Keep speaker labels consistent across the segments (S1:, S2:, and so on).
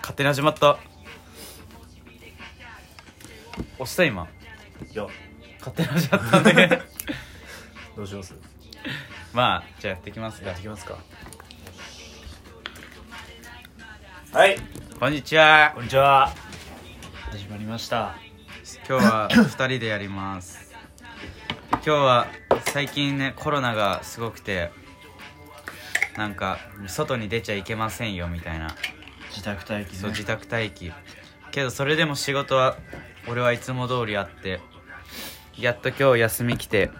S1: 勝手に始まった押した今
S2: いや
S1: 勝手に始まったんで
S2: どうします
S1: まあじゃあやっていきますか
S2: やっていきますかはい
S1: こんにちは
S2: こんにちは始まりました
S1: 今日は2人でやります今日は最近ねコロナがすごくてなんか外に出ちゃいけませんよみたいな
S2: 自宅待機
S1: そう
S2: ね
S1: 自宅待機けどそれでも仕事は俺はいつも通りあってやっと今日休み来て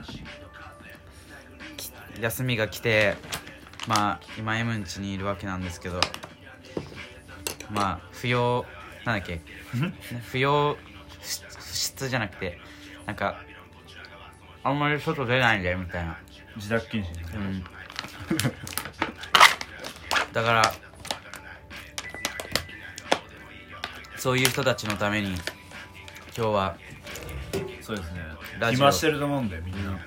S1: き休みが来てまあ今 M ん家にいるわけなんですけどまあ不要なんだっけ 不要不出不出じゃなくてなんかあんまり外出ないんだよみたいな
S2: 自宅禁止
S1: うんだからそういう人たちのために今日は
S2: そうですね
S1: ラジオ
S2: 暇してると思うんだよみんな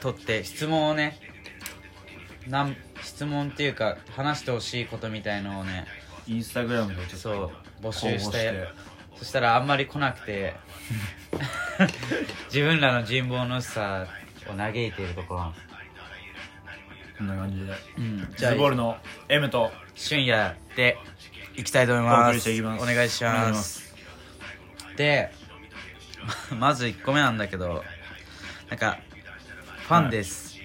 S1: 撮って質問をねなん質問っていうか話してほしいことみたいのをね
S2: インスタグラムでちょっと
S1: そう募
S2: 公
S1: 集
S2: 募
S1: してそしたらあんまり来なくて 自分らの人望の薄さを嘆いているところ、
S2: こんな感じで
S1: うん、
S2: ズボールの M と
S1: 春夜で行きたいと思います
S2: お送りしていきます
S1: お願いし
S2: お願
S1: ま
S2: いします
S1: でま まず1個目なんだけどなんかファンです、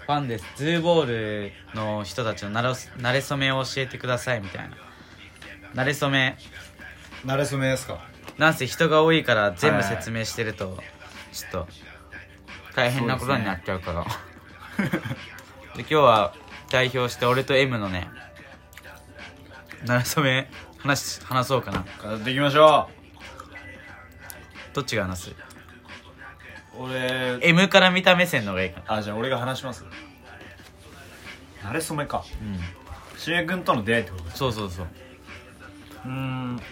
S1: ファンですズーボールの人たちのなれなれ初めを教えてくださいみたいななれ初め
S3: なれそめですか
S1: なんせ人が多いから全部
S2: はいはい
S1: 説明してるとちょっと大変なことになっちゃうからで今日は代表して俺と M のねなれそめ話し話そうかな
S2: 語っていきましょ
S1: どっちが話す
S2: う俺
S1: M から見た目線の方がいいかな
S2: あじゃあ俺が話します慣れ初めか
S1: うん
S2: しげ君との出会いってこと
S1: そうそうそう
S2: うーん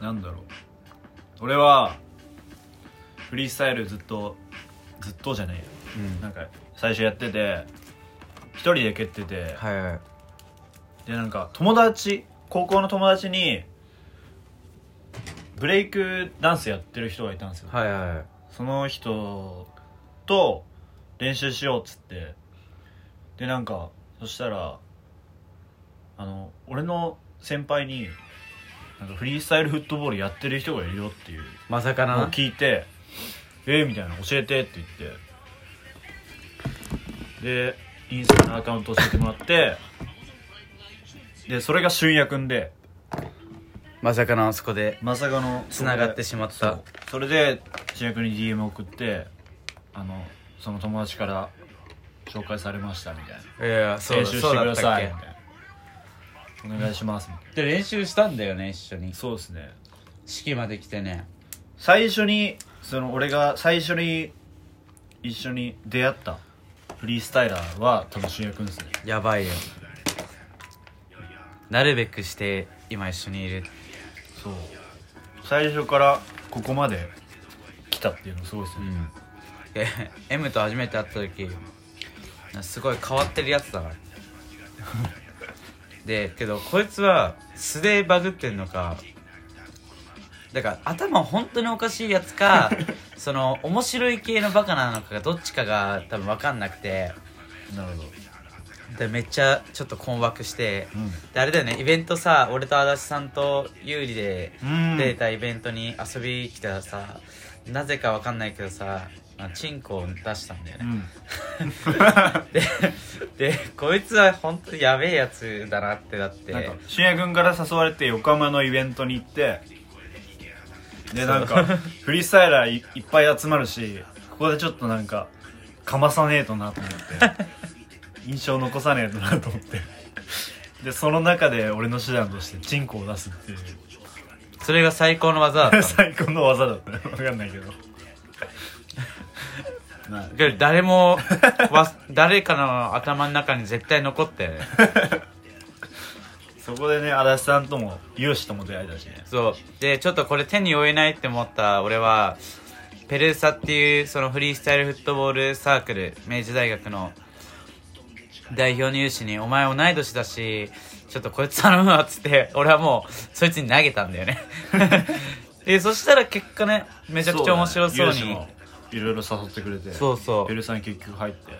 S2: なんだろう俺はフリースタイルずっとずっとじゃないよ
S1: うん
S2: なんか最初やってて一人で蹴ってて
S1: はいはい
S2: でなんか友達高校の友達にブレイクダンスやってる人がいたんですよ
S1: はいはいはい
S2: その人と練習しようっつってでなんかそしたらあの俺の先輩になんかフリースタイルフットボールやってる人がいるよっていう
S1: まさか
S2: のを
S1: な
S2: 聞いて「えー、みたいな「教えて」って言ってでインスタのアカウント教えてもらってでそれが俊也くんで
S1: まさかのあそこで
S2: まさかの
S1: 繋がってしまった
S2: そうそれで主役に DM 送ってあのその友達から紹介されましたみたい
S1: いや
S2: な
S1: そう
S2: 練
S1: だ
S2: 習し
S1: そう
S2: て
S1: だ
S2: くだ
S1: ったっ
S2: さい
S1: け
S2: みたいなお願いしますみたい
S1: で練習したんだよね一緒に
S2: なそうですね
S1: 式まで来てね
S2: 最初にその俺が最初に一緒に出会ったフリースタイラーは多分主役ですね
S1: やばいよなるべくして今一緒にいる
S2: そう最初からここまで来たっていうのすごいです
S1: う
S2: ね、
S1: んで M と初めて会った時すごい変わってるやつだからでけどこいつは素でバグってんのかだから頭本当におかしいやつかその面白い系のバカなのかがどっちかが多分分かんなくて
S2: なるほど
S1: でめっちゃちょっと困惑して、
S2: ん
S1: であれだよねイベントさ俺と足立さんと有利で
S2: うん
S1: 出たイベントに遊びに来たらさなぜかわかんないけどさあチンコを出したんだよ
S2: う
S1: ね、
S2: ん
S1: ででこいつは本当にやべえやつだなってだって
S2: なんか俊也君から誘われて横浜のイベントに行ってでなんかフリースタイラーいいっぱい集まるしここでちょっとなんかかまさねえとなと思って印象残さねえとなと思ってでその中で俺の手段としてチンコを出すっていう
S1: それが最高の技 だった
S2: 最高の技だったね分かんないけどまあ
S1: けど誰もわ 誰かの頭の中に絶対残ってね
S2: そこでね足立さんとも有志とも出会えたしね
S1: そうでちょっとこれ手に負えないって思った俺はペルーサっていうそのフリースタイルフットボールサークル明治大学の代表入試に「お前同い年だしちょっとこいつ頼むわ」っつって俺はもうそいつに投げたんだよ ねでそしたら結果ねめちゃくちゃ面白そう
S2: そうだね
S1: に
S2: 有志もいろいろ誘ってくれて
S1: そうそう
S2: ペルさん結局入って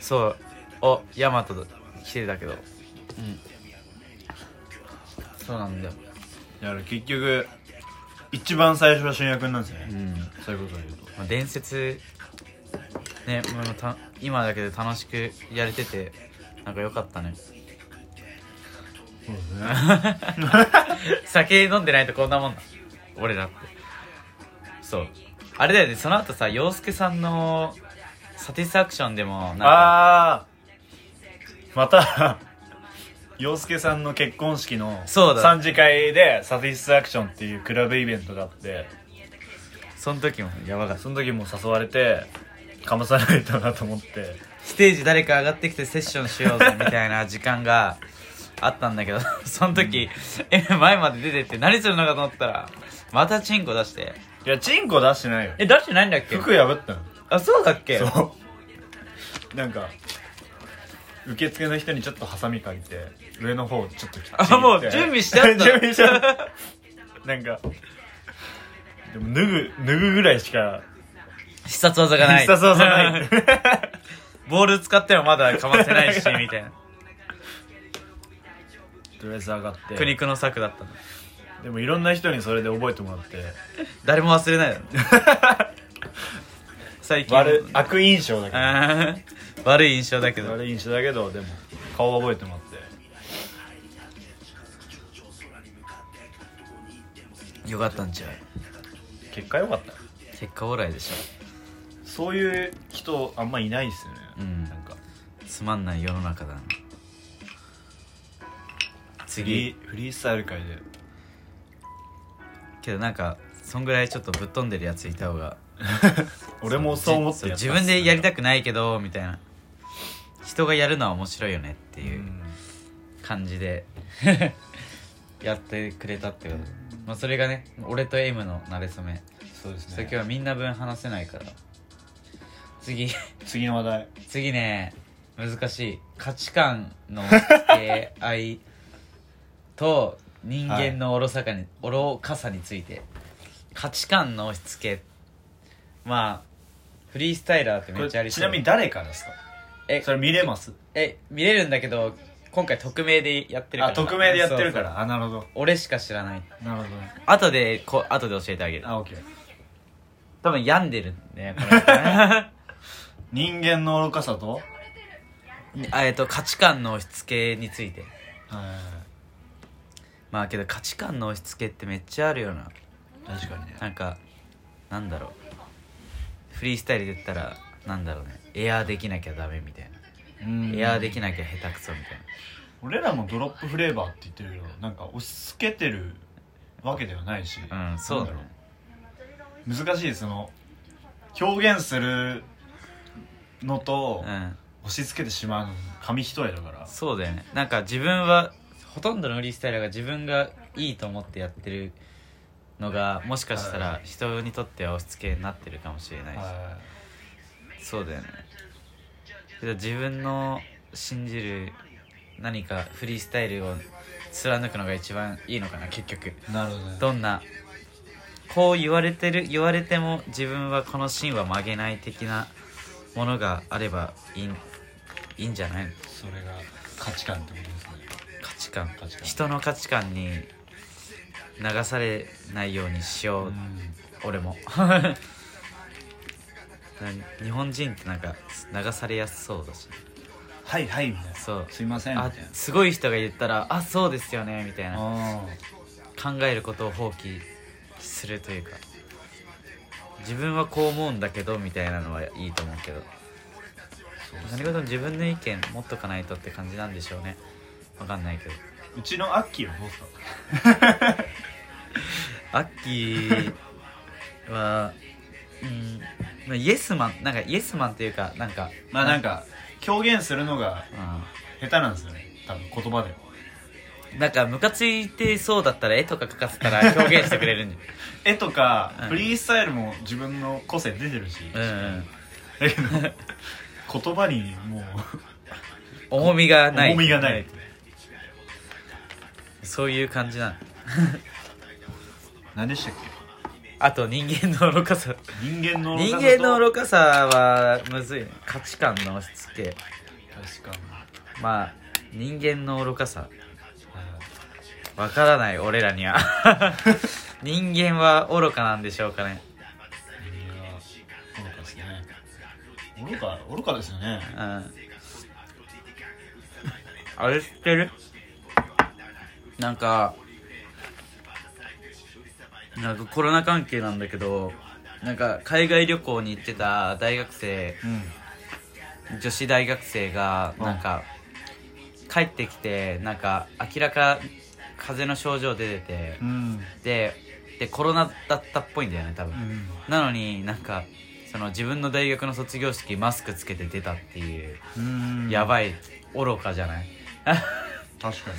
S1: そうおヤマト来てたけどうんそうなんだよ
S2: だから結局一番最初は俊也君なんですよね、
S1: うん
S2: そういうことで言うと
S1: まあ、伝説ねもうた今だけで楽しくやれててなんか良かったね
S2: そうです
S1: 酒飲んでないとこんなもんだ俺らってそうあれだよねその後さ洋介さんのサティスファクションでもなんか
S2: ああまた洋介さんの結婚式の
S1: そうだ
S2: 3次会でサティスファクションっていうクラブイベントがあって
S1: その時もやばかった
S2: その時も誘われてかまされたなと思って
S1: ステージ誰か上がってきてセッションしようぜみたいな時間があったんだけど その時、え前まで出てって何するのかと思ったらまたチンコ出して
S2: いやチンコ出してないよ
S1: え出してないんだっけ
S2: 服破ったの
S1: あそうだっけ
S2: そうなんか受付の人にちょっとハサミ借りて上の方ちょっと切って
S1: あもう準備しちゃった
S2: 準備しちゃったなんかでも脱ぐ脱ぐぐらいしか
S1: 必殺技がない
S2: 必殺技ない
S1: ボール使ってもまだかませ ないしみたいな
S2: とりあえず上がっ
S1: 苦
S2: て
S1: 肉の策だったの
S2: でもいろんな人にそれで覚えてもらって
S1: 誰も忘れないだろ 最近
S2: 悪悪印象 だけ
S1: あー悪い印象だけ
S2: ど
S1: ど
S2: 悪印象だけどでも顔覚えてもらって
S1: よかったんちゃう
S2: 結果良かった
S1: 結果オーライでしょ
S2: そういう人あんまいないですよね、
S1: うん
S2: なんか
S1: つまんない世の中だな
S2: フ
S1: 次
S2: リーフリースタイル界で
S1: けどなんかそんぐらいちょっとぶっ飛んでるやついた方が
S2: 俺もそう思っ
S1: そ
S2: て
S1: う
S2: やったっす
S1: 自分でやりたくないけどみたいな人がやるのは面白いよねって
S2: う
S1: いうん感じで やってくれたってこと、まあ、それがね俺と M の慣れ初め
S2: そうです
S1: それ今日はみんな分話せないから次
S2: 次の話題
S1: 次ね難しい価値観 の付け合いと人間の愚さかに、愚かさについて価値観の押し付けまあフリースタイラーってめっちゃあり
S2: ち
S1: そう
S2: なみに誰からですか
S1: え
S2: それ見れます
S1: え見れるんだけど今回匿名でやってるか
S2: あ
S1: ら
S2: 匿名でやってるか
S1: そう
S2: らあなるほど
S1: そう俺しか知らない
S2: なるほどね
S1: 後でこ後で教えてあげる
S2: あ OK
S1: 多分病んでるねこ れ
S2: 人間の愚かさと
S1: あえっと価値観の押し付けについて
S2: は
S1: まあけど価値観の押し付けってめっちゃあるよない
S2: 確かにね
S1: なんかなんだろうフリースタイルで言ったらなんだろうねエアーできなきゃダメみたいなエアーできなきゃ下手くそみたいな
S2: 俺らもドロップフレーバーって言ってるけどなんか押し付けてるわけではないし
S1: うんそうだね
S2: なんろう難しいその表現するのと
S1: うん
S2: 押し付けてしまうの紙一重だから
S1: そうだよねなんか自分はほとんどのフリースタイルが自分がいいと思ってやってるのがもしかしたら人にとっては押し付けになってるかもしれないし、
S2: は
S1: そうだよねけど自分の信じる何かフリースタイルを貫くのが一番いいのかな結局
S2: いなるほどね
S1: どんなこう言われてる言われても自分はこの芯は曲げない的なものがあればいいいいんじゃないの
S2: それが価値観ってことですね
S1: 価値観
S2: 価値観
S1: 人の価値観に流されないようにしよう、俺も な日本人ってなんか流されやすそうだし
S2: はいはいみたいな
S1: そう
S2: すいませんみた
S1: あ
S2: いな
S1: すごい人が言ったらあそうですよねみたいな
S2: あ
S1: 考えることを放棄するというか自分はこう思うんだけどみたいなのはいいと思うけど何事も自分の意見持っとかないとって感じなんでしょうねわかんないけど
S2: ーうちのアッキーはどうですか
S1: アッキーはうんまあイエスマンなんかイエスマンっていうかなんか
S2: まあなんか表現するのが
S1: う
S2: 下手なんですよね多分言葉で
S1: んなんかムカついてそうだったら絵とか描かせたら表現してくれるんじ
S2: 絵とか
S1: うん
S2: フリースタイルも自分の個性出てるし、
S1: ゃんうんうん
S2: だけど言葉にもう
S1: 重みがない
S2: 重みが ない
S1: そういう感じなの
S2: 何でしたっ
S1: あと人間の愚か さ
S2: け人間の
S1: 人間の
S2: ロ
S1: 愚かさはむずいね価値観の押し付け
S2: 確か
S1: まあ人間の愚かさわからない俺らには 人間は愚かなんでしょうかね
S2: にいや愚かですね愚か愚かですよね
S1: うんあれ知ってるなんかなんかコロナ関係なんだけどなんか海外旅行に行ってた大学生
S2: うん
S1: 女子大学生が
S2: うん
S1: なんか帰ってきてなんか明らか風邪の症状出てて
S2: うん
S1: ででコロナだったっぽいんだよね多分、
S2: うん
S1: なのになんかその自分の大学の卒業式マスクつけて出たっていう、
S2: うん
S1: やばい愚かじゃない
S2: 確かに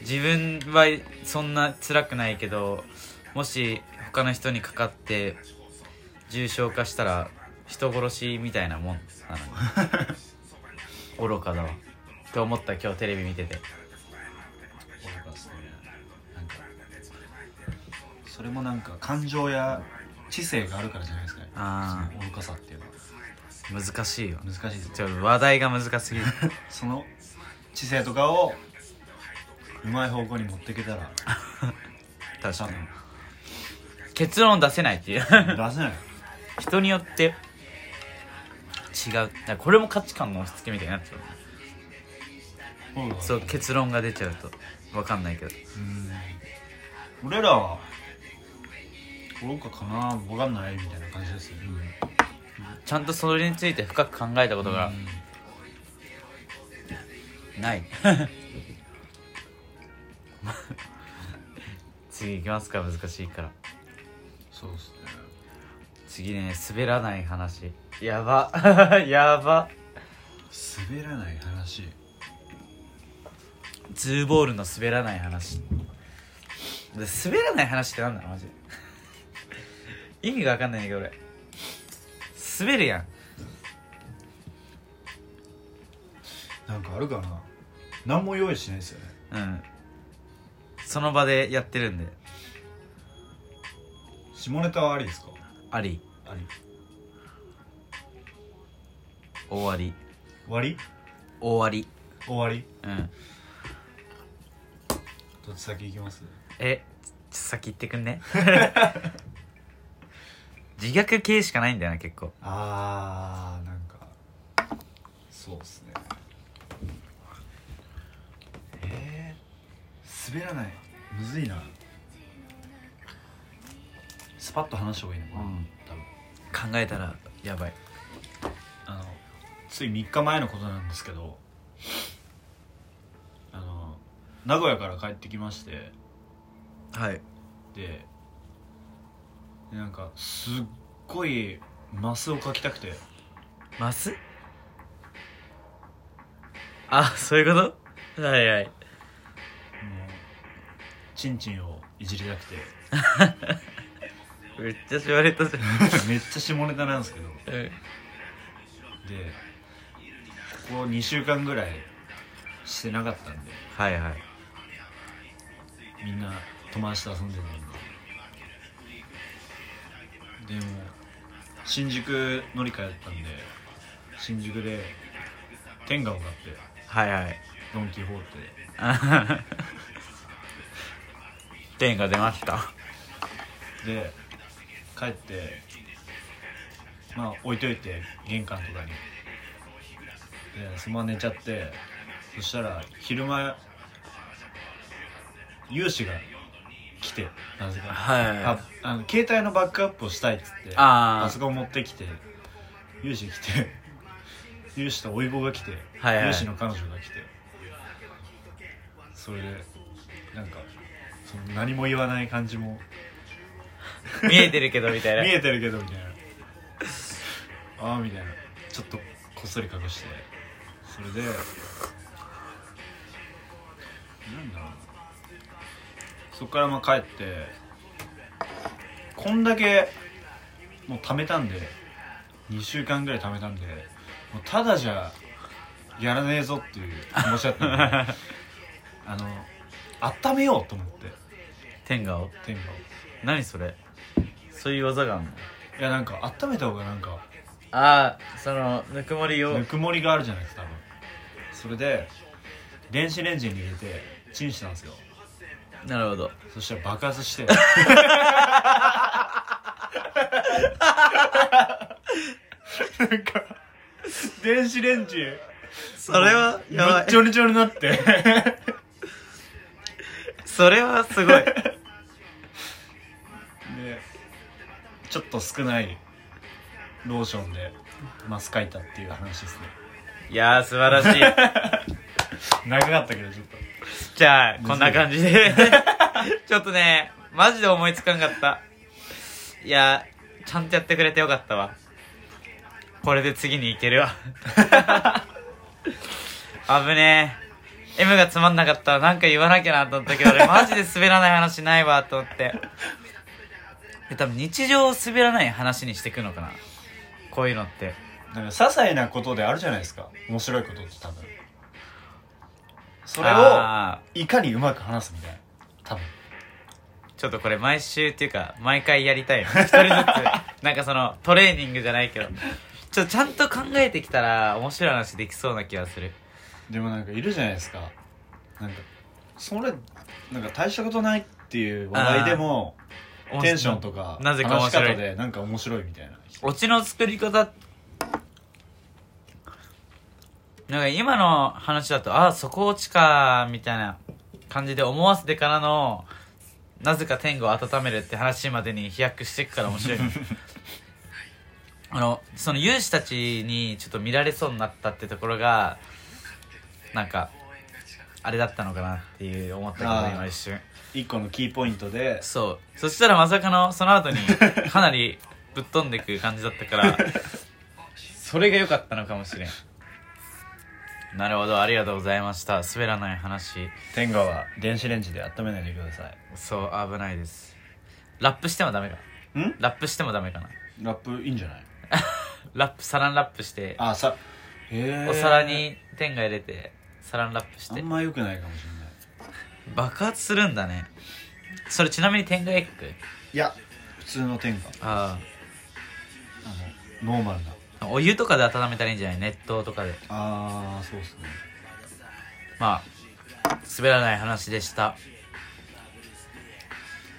S1: 自分はそんな辛くないけどもし他の人にかかって重症化したら人殺しみたいなもんな の愚かだわって思った今日テレビ見てて
S2: 愚かですねなんかそれもなんか感情や知性があるからじゃないですかね
S1: あ
S2: その愚かさっていうのは
S1: 難しいよ
S2: 難しいですね
S1: ちょ話題が難し すぎる
S2: その知性とかをうまい方向に持っていけたら
S1: 確
S2: 多
S1: かに
S2: 分
S1: 結論出せないっていう
S2: 出せ ない
S1: 人によって違うだからこれも価値観の押し付けみたいになっちゃうそう結論が出ちゃうと分かんないけど
S2: うん俺らは愚かかな分かんないみたいな感じですよね、
S1: ちゃんとそれについて深く考えたことがない 次行きますか難しいから
S2: そうですね
S1: 次ね滑らない話やば やば
S2: 滑らない話
S1: ツーボールの滑らない話で滑らない話ってなんなのマジで意味が分かんないんだけど俺滑るやん
S2: なんかあるかな何も用意しないですよね
S1: うんその場でやってるんで
S3: 下ネタはありですか
S1: あり
S3: あり
S1: 終わり
S2: 終わり
S1: 終わり
S2: 終わり
S1: うん
S2: どっち先行きます
S1: えちょ先言ってくん ね自虐系しかないんだよな結構
S3: あーなんかそうですね
S2: えー、滑らないむずいなスパッと話した方がいいのかな、
S1: うん
S2: 多分
S1: 考えたらやばい
S2: あのつい3日前のことなんですけどあの名古屋から帰ってきまして
S1: はい
S2: ででなんかすっごいマスを描きたくて
S1: マスあそういうことはいはい
S2: もうチンチンをいじりたくて
S1: めっちゃしわれたじゃん
S2: めっちゃ下ネタなんですけど
S1: うん
S2: でここ2週間ぐらいしてなかったんで
S1: はいはい
S2: みんな友達と遊んでるんででも新宿乗り換えだったんで新宿で天下を買って
S1: はいはい
S2: ドン・キホーテ
S1: あはは 天が出ました
S2: でで帰ってまあ置いといて玄関とかにでそのまま寝ちゃってそしたら昼間有志が来てなぜか
S1: はい
S2: ああの携帯のバックアップをしたいっつって
S1: あー
S2: パソコン持ってきて有志来て有志とおいぼが来て、
S1: はいはい
S2: 有志の彼女が来てそれでなんかその何も言わない感じも
S1: 見えてるけどみたいな
S2: 見えてるけどみたいなああみたいなちょっとこっそり隠してそれでなんだろうなそっからまあ帰ってこんだけもう貯めたんで2週間ぐらい貯めたんでもうただじゃやらねえぞっていう気持ちだったんであの温めようと思って
S1: 天下を
S2: 天下を
S1: 何それそういう技があるの
S2: いやなんか温めた方がなんか
S1: ああそのぬくもりを
S2: ぬくもりがあるじゃないですか多分それで電子レンジに入れてチンしたんですよ
S1: なるほど
S2: そしたら爆発してなんか電子レンジ
S1: それは
S2: めっ
S1: やばい
S2: ちょにちょになって
S1: それはすご い
S2: でちょっと少ないローションでマス描いたっていう話ですね
S1: いやー素晴らしい
S2: 長かったけどちょっと
S1: じゃあこんな感じ でちょっとねマジで思いつかんかったいやーちゃんとやってくれてよかったわこれで次に行ける わ危ねえ M がつまんなかったらなんか言わなきゃなと思ったけど俺マジで滑らない話ないわと思ってで多分日常を滑らない話にしてくのかなこういうのって
S2: なんか些細なことであるじゃないですか面白いことって多分それを
S1: あー
S2: いかにうまく話すみたいな多分
S1: ちょっとこれ毎週っていうか毎回やりたいよね一人ずつなんかそのトレーニングじゃないけどちょっとちゃんと考えてきたら面白い話できそうな気がする
S2: でもなんかいるじゃないですかなんかそれなんか大したことないっていう話題でもテンションとか
S1: なぜか面
S2: 話し
S1: 白い
S2: 方でなんか面白いみたいな
S1: オチの作り方なんか今の話だとああそこ落ちかみたいな感じで思わせてからのなぜか天狗を温めるって話までに飛躍していくから面白いねあのその有志たちにちょっと見られそうになったってところがなんかあれだったのかなっていう思ったけど
S2: あー
S1: 今一瞬
S2: 一個のキーポイントで
S1: そうそしたらまさかのその後にかなりぶっ飛んでく感じだった からそれが良かったのかもしれんなるほどありがとうございました滑らない話
S2: 天下は電子レンジで温めないでくださ
S1: そう危ないですラップしてもダメか
S2: いん
S1: ラップしてもダメかな
S2: ラップいいんじゃない
S1: ラップサランラップして
S2: あさへえ
S1: お皿に天が入れてサランラップし
S2: あ
S1: て
S2: んま良くないかもしれない
S1: 爆発するんだねそれちなみに天がエッグ
S2: いや普通の天下
S1: あ
S2: あのノーマルな
S1: あお湯とかで温めたらいいんじゃない熱湯とかで
S2: ああそうっすね
S1: まあ滑らない話でした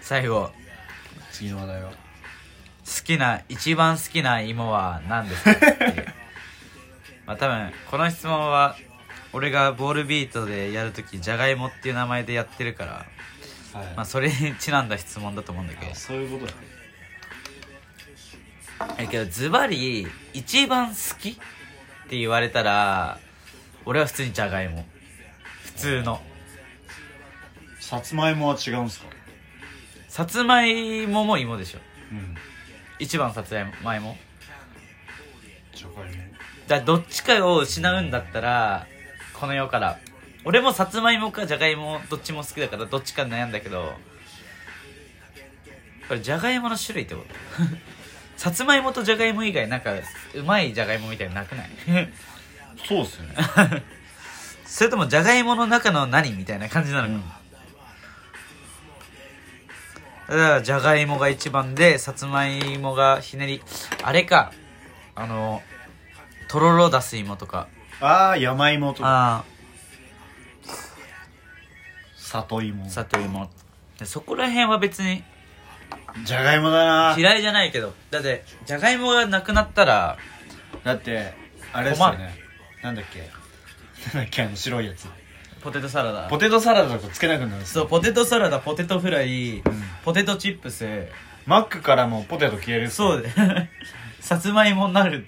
S1: 最後
S2: 次の話題は
S1: 好きな一番好きな芋は何ですかっていうまあ多分この質問は俺がボールビートでやるときじゃがいもっていう名前でやってるから、
S2: はい
S1: まあ、それにちなんだ質問だと思うんだけど
S2: あそういうことだね
S1: えけどズバリ一番好きって言われたら俺は普通にじゃがいも普通の
S2: さつまいもは違うんすか
S1: さつまいもも芋でしょ
S2: うん
S1: 一番さつまいも
S2: じゃがいも
S1: だからどっちかを失うんだったらこの世から俺もさつまいもかじゃがいもどっちも好きだからどっちか悩んだけどこれじゃがいもの種類ってこと さつまいもとじゃがいも以外なんかうまいじゃがいもみたいなのなくない
S2: そうっすよね
S1: それともじゃがいもの中の何みたいな感じなのか、だからじゃがいもが一番でさつまいもがひねりあれかあのとろろ出す芋とか
S2: ああ山芋とか
S1: ああ
S2: 里芋
S1: 里芋でそこら辺は別に
S2: じゃがいもだな
S1: 嫌いじゃないけどだってじゃがいもがなくなったら
S2: だってあれっすよねなんだっけなんだっけあの白いやつ
S1: ポテトサラダ
S2: ポテトサラダとかつけなくなるんです
S1: そうポテトサラダポテトフライ、ポテトチップス
S2: マックからもポテト消えるっす
S1: そうで さつまいもになる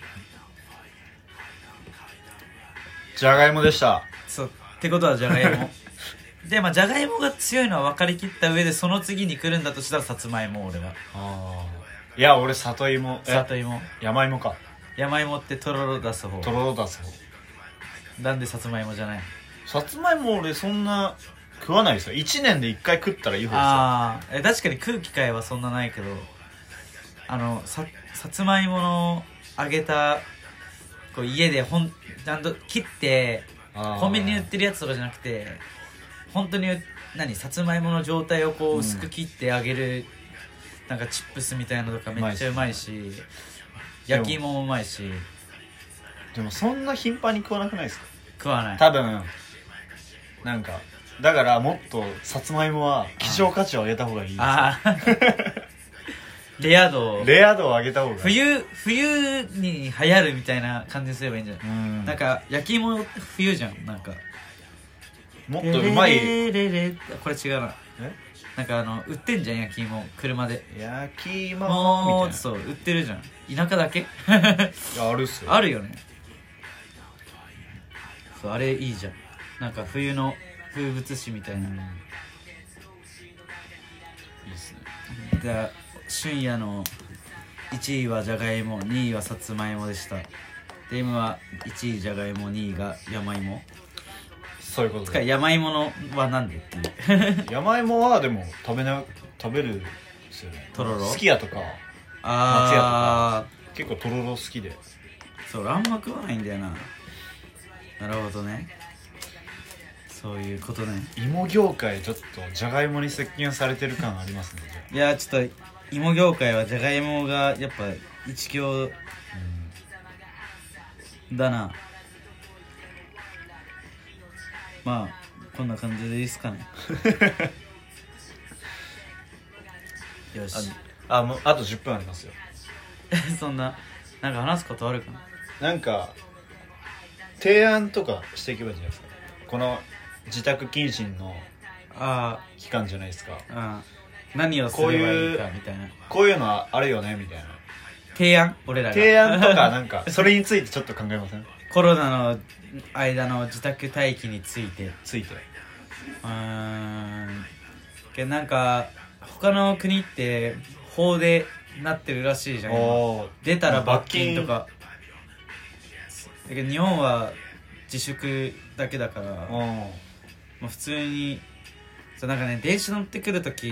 S2: じゃがいもでした
S1: そうってことはじゃがいも でまあじゃがいもが強いのは分かりきった上でその次に来るんだとしたらさつまいも俺は
S2: ああいや俺里芋え
S1: 里芋
S2: 山芋か
S1: 山芋ってとろろ出す方
S2: とろろ出す方
S1: なんでさつまいもじゃない
S2: さつまいも俺そんな食わないですよ1年で1回食ったらいい方ですよ
S1: ああえ確かに食う機会はそんなないけどあのささつまいもの揚げたこう家でほんちゃんと切って
S3: あー
S1: コンビニに売ってるやつとかじゃなくて本当に何さつまいもの状態をこう薄く切ってあげる、なんかチップスみたいなのとかめっちゃうまいし焼き芋もうまいし
S2: でもそんな頻繁に食わなくないですか
S1: 食わない
S2: 多分なんかだからもっとさつまいもは希少価値を上げた方がいいです
S1: ああ レア度を
S2: レア度を上げた方がいい
S1: 冬冬に流行るみたいな感じにすればいいんじゃない、
S2: うん
S1: なんか焼き芋冬じゃんなんか
S2: もっとうまい
S1: レレレレレこれ違うな
S2: え
S1: なんかあの売ってんじゃん焼き芋車で
S2: 焼き芋
S1: も
S2: み
S1: う
S2: た
S1: そう売ってるじゃん田舎だけ
S2: いないやあるっすよ
S1: あるよねそうあれいいじゃんなんか冬の風物詩みたいな、
S2: いいっすね
S1: じゃあ俊也の1位はじゃがいも2位はさつまいもでしたで今は1位じゃがいも2位が山芋
S2: そういうこと
S1: つか
S2: で
S1: 山芋のはなんでっていう
S2: 山芋はでも食べな食べるっすよね
S1: とろろ
S2: 好きやとか
S1: ああ
S2: 結構とろろ好きで
S1: そう卵膜食わないんだよななるほどねそういうことね
S2: 芋業界ちょっとじゃがいもに接近されてる感ありますねじゃ
S1: いやちょっと芋業界はじゃがいもがやっぱ一強
S2: あうん
S1: だなまあこんな感じでいいっすか ねよし
S2: あもうあと10分ありますよ
S1: そんななんか話すことあるかな
S2: なんか提案とかしていけばいいんじゃないですかこの自宅謹慎の
S1: あ
S2: 期間じゃないですか
S1: ーあー何をすればいいかみたいな
S2: こういうのはあるよねみたいな
S1: 提案俺らが
S2: 提案とかなんかそれについてちょっと考えません
S1: コロナの間の自宅待機についてう
S2: ついて
S1: ーんけどなんか他の国って法でなってるらしいじゃん今
S2: おー
S1: 出たら罰金とかだけど日本は自粛だけだから
S2: うん
S1: もう普通にそうなんかね電車乗ってくるとき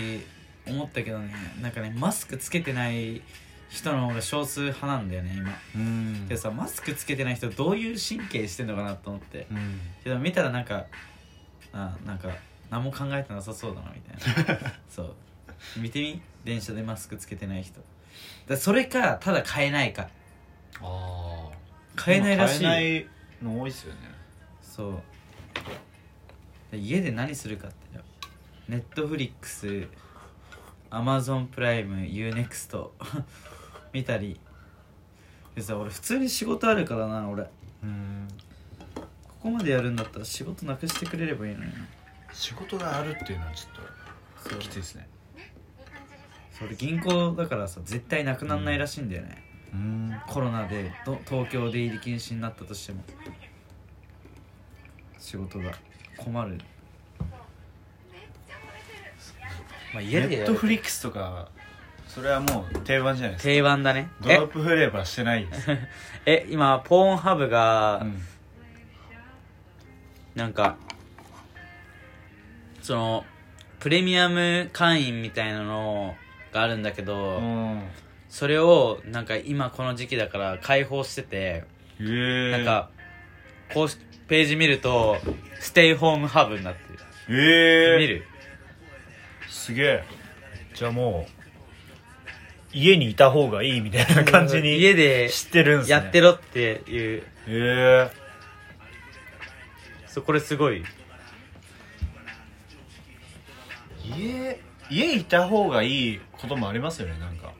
S1: 思ったけどねなんかねマスクつけてない人の方が少数派なんだよね今
S2: うん
S1: けどさマスクつけてない人どういう神経してんのかなと思って
S2: うん
S1: けど見たらなんかあなんか何も考えてなさそうだなみたいなそう見てみ電車でマスクつけてない人だそれかただ買えないか
S2: あ
S1: 買えないらしい
S2: 買えないの多いっすよね
S1: そうで家で何するかってネットフリックスアマゾンプライム UNEXT 見たりでさ俺普通に仕事あるからな俺こ
S2: うん
S1: こまでやるんだったら仕事なくしてくれればいいのにな
S2: 仕事があるっていうのはちょっ
S1: そ
S2: と
S1: う
S2: きついですね
S1: それ銀行だからさ絶対なくなんないらしいんだよね、
S2: うん
S1: コロナでど東京出入り禁止になったとしても仕事が困るまあ家で
S2: ネ
S1: や
S2: ッ
S1: る
S2: トフリックスとかそれはもう定番じゃないですか
S1: 定番だね
S2: ド
S1: え
S2: ロップフレーバーしてないです、
S1: え今ポーンハブが
S2: うん
S1: なんか、そのプレミアム会員みたいなのがあるんだけど、
S2: うん、へ
S1: それをなんか今この時期だから開放してて
S2: え
S1: なんかこうしページ見るとステイホームハブになってる
S2: ええ
S1: 見る
S2: すげえじゃあもう家にいた方がいいみたいな感じに
S1: 家で
S2: 知ってるんすね
S1: やってろっていう
S2: へえ
S1: そうこれすごい
S2: 家家いた方がいいこともありますよねなんか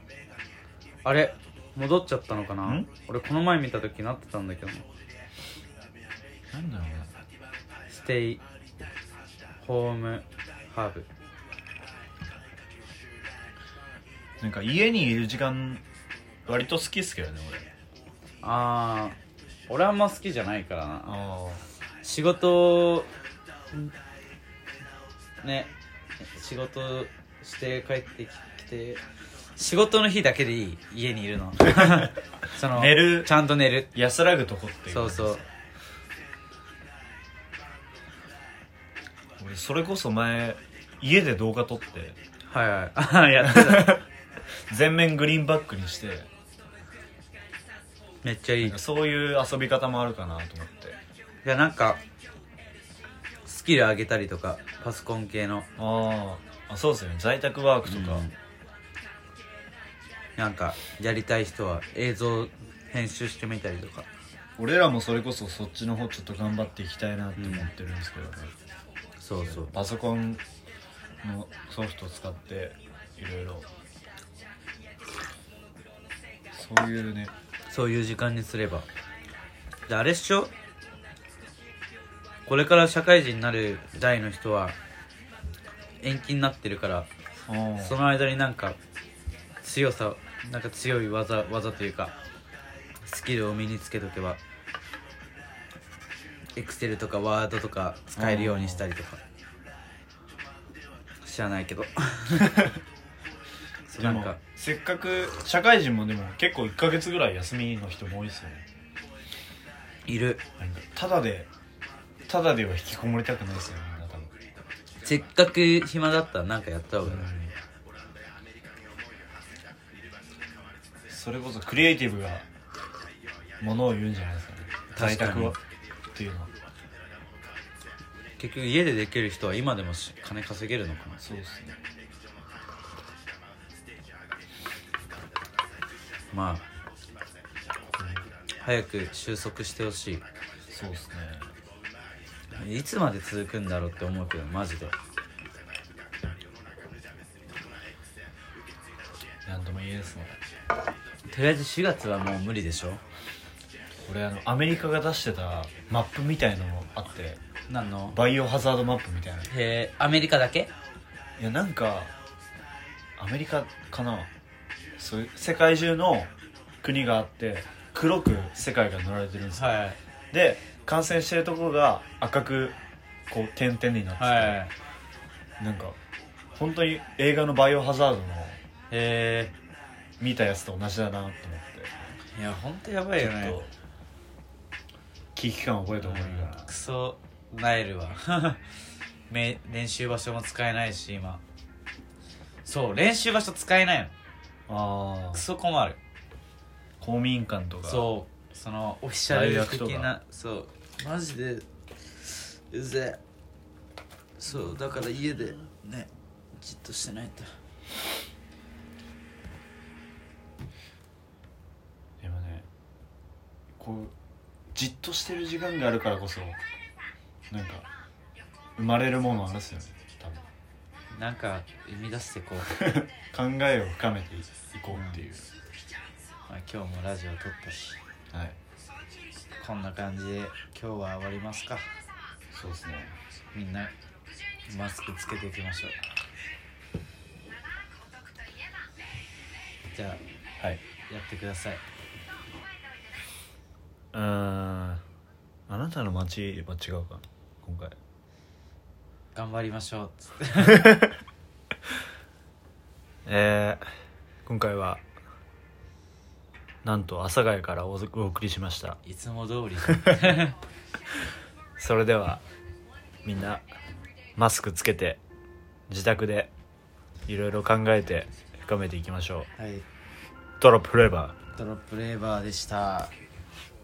S1: あれ戻っちゃったのかなん俺この前見た時なってたんだけど
S2: なんだろうな
S1: ステイホームハーブ
S2: なんか家にいる時間割と好きっすけどね俺
S1: ああ俺あんま好きじゃないからな
S2: あ
S1: 仕事ね仕事して帰ってきて仕事の日だけでいい家にいるの その
S2: 寝る
S1: ちゃんと寝る
S2: 安らぐとこっていう
S1: そうそう
S2: 俺それこそ前家で動画撮って
S1: はいはい ああやってた
S2: 全面グリーンバックにして
S1: めっちゃいい
S2: なんかそういう遊び方もあるかなと思って
S1: いやなんかスキル上げたりとかパソコン系の
S2: あーあそうですよね在宅ワークとか、
S1: うんなんかやりたい人は映像編集してみたりとか
S2: 俺らもそれこそそっちの方ちょっと頑張っていきたいなって思ってるんですけどね、
S1: そうそう
S2: パソコンのソフトを使っていろいろそういうね
S1: そういう時間にすればであれっしょこれから社会人になる代の人は延期になってるからその間になんか強さなんか強い技技というかスキルを身につけとけばエクセルとかワードとか使えるようにしたりとか知らないけどそう
S2: で
S1: なん
S2: も
S1: か
S2: せっかく社会人もでも結構1ヶ月ぐらい休みの人も多いですよね
S1: いる
S2: なんかただでただでは引きこもりたくないですよねみんな多分
S1: せっかく暇だったらなんかやった方がいい
S2: それこそクリエイティブがものを言うんじゃないですかね在
S1: 確かに
S2: 宅はっていうのは
S1: 結局家でできる人は今でもし金稼げるのかな
S2: そうですね
S1: まあ早く収束してほし
S2: そうですね
S1: いいつまで続くんだろうって思うけどマジで
S2: なんとも言えですね
S1: とりあえず4月はもう無理でしょ
S2: 俺あのアメリカが出してたマップみたいのもあって
S1: なんの
S2: バイオハザードマップみたいな
S1: へえアメリカだけ
S2: いやなんかアメリカかなそういう世界中の国があって黒く世界が塗られてるんですよ、
S1: はい
S2: で感染してるところが赤くこう点々になってて、
S1: はい
S2: なんか本当に映画の「バイオハザード」の
S1: へ
S2: 見たやつと同じだなと思って
S1: えいやほんとやばいよね
S2: ちょっと危機感を覚えた方がいいか
S1: クソなえるわ め練習場所も使えないし今そう練習場所使えないの
S2: な、ああ
S1: クソ困る
S2: 公民館とか
S1: そうそのオフィシャル的
S2: 大学と
S1: な
S2: か
S1: そうマジでうぜえそうだから家でねじっとしてないと
S2: でもねこうじっとしてる時間があるからこそなんか生まれるものあるっすよね
S1: なんか生み出 してこう
S2: 多分考えを深めていこうっていう、
S1: まあ、今日もラジオ撮ったし
S2: はい
S1: こんな感じで今日は終わりますか
S2: そうですね
S1: みんなマスクつけていきましょうじゃあや
S2: はい
S1: ってください
S2: うんあなたの街は違うかな今回
S1: 頑張りましょうつって
S2: えー、今回はなんと阿佐ヶ谷からおお送りしました
S1: いつも通 りじゃん
S2: それではみんなマスクつけて自宅でいろいろ考えて深めていきましょう
S1: はい
S2: トロップレバー
S1: ドロップレーバーでした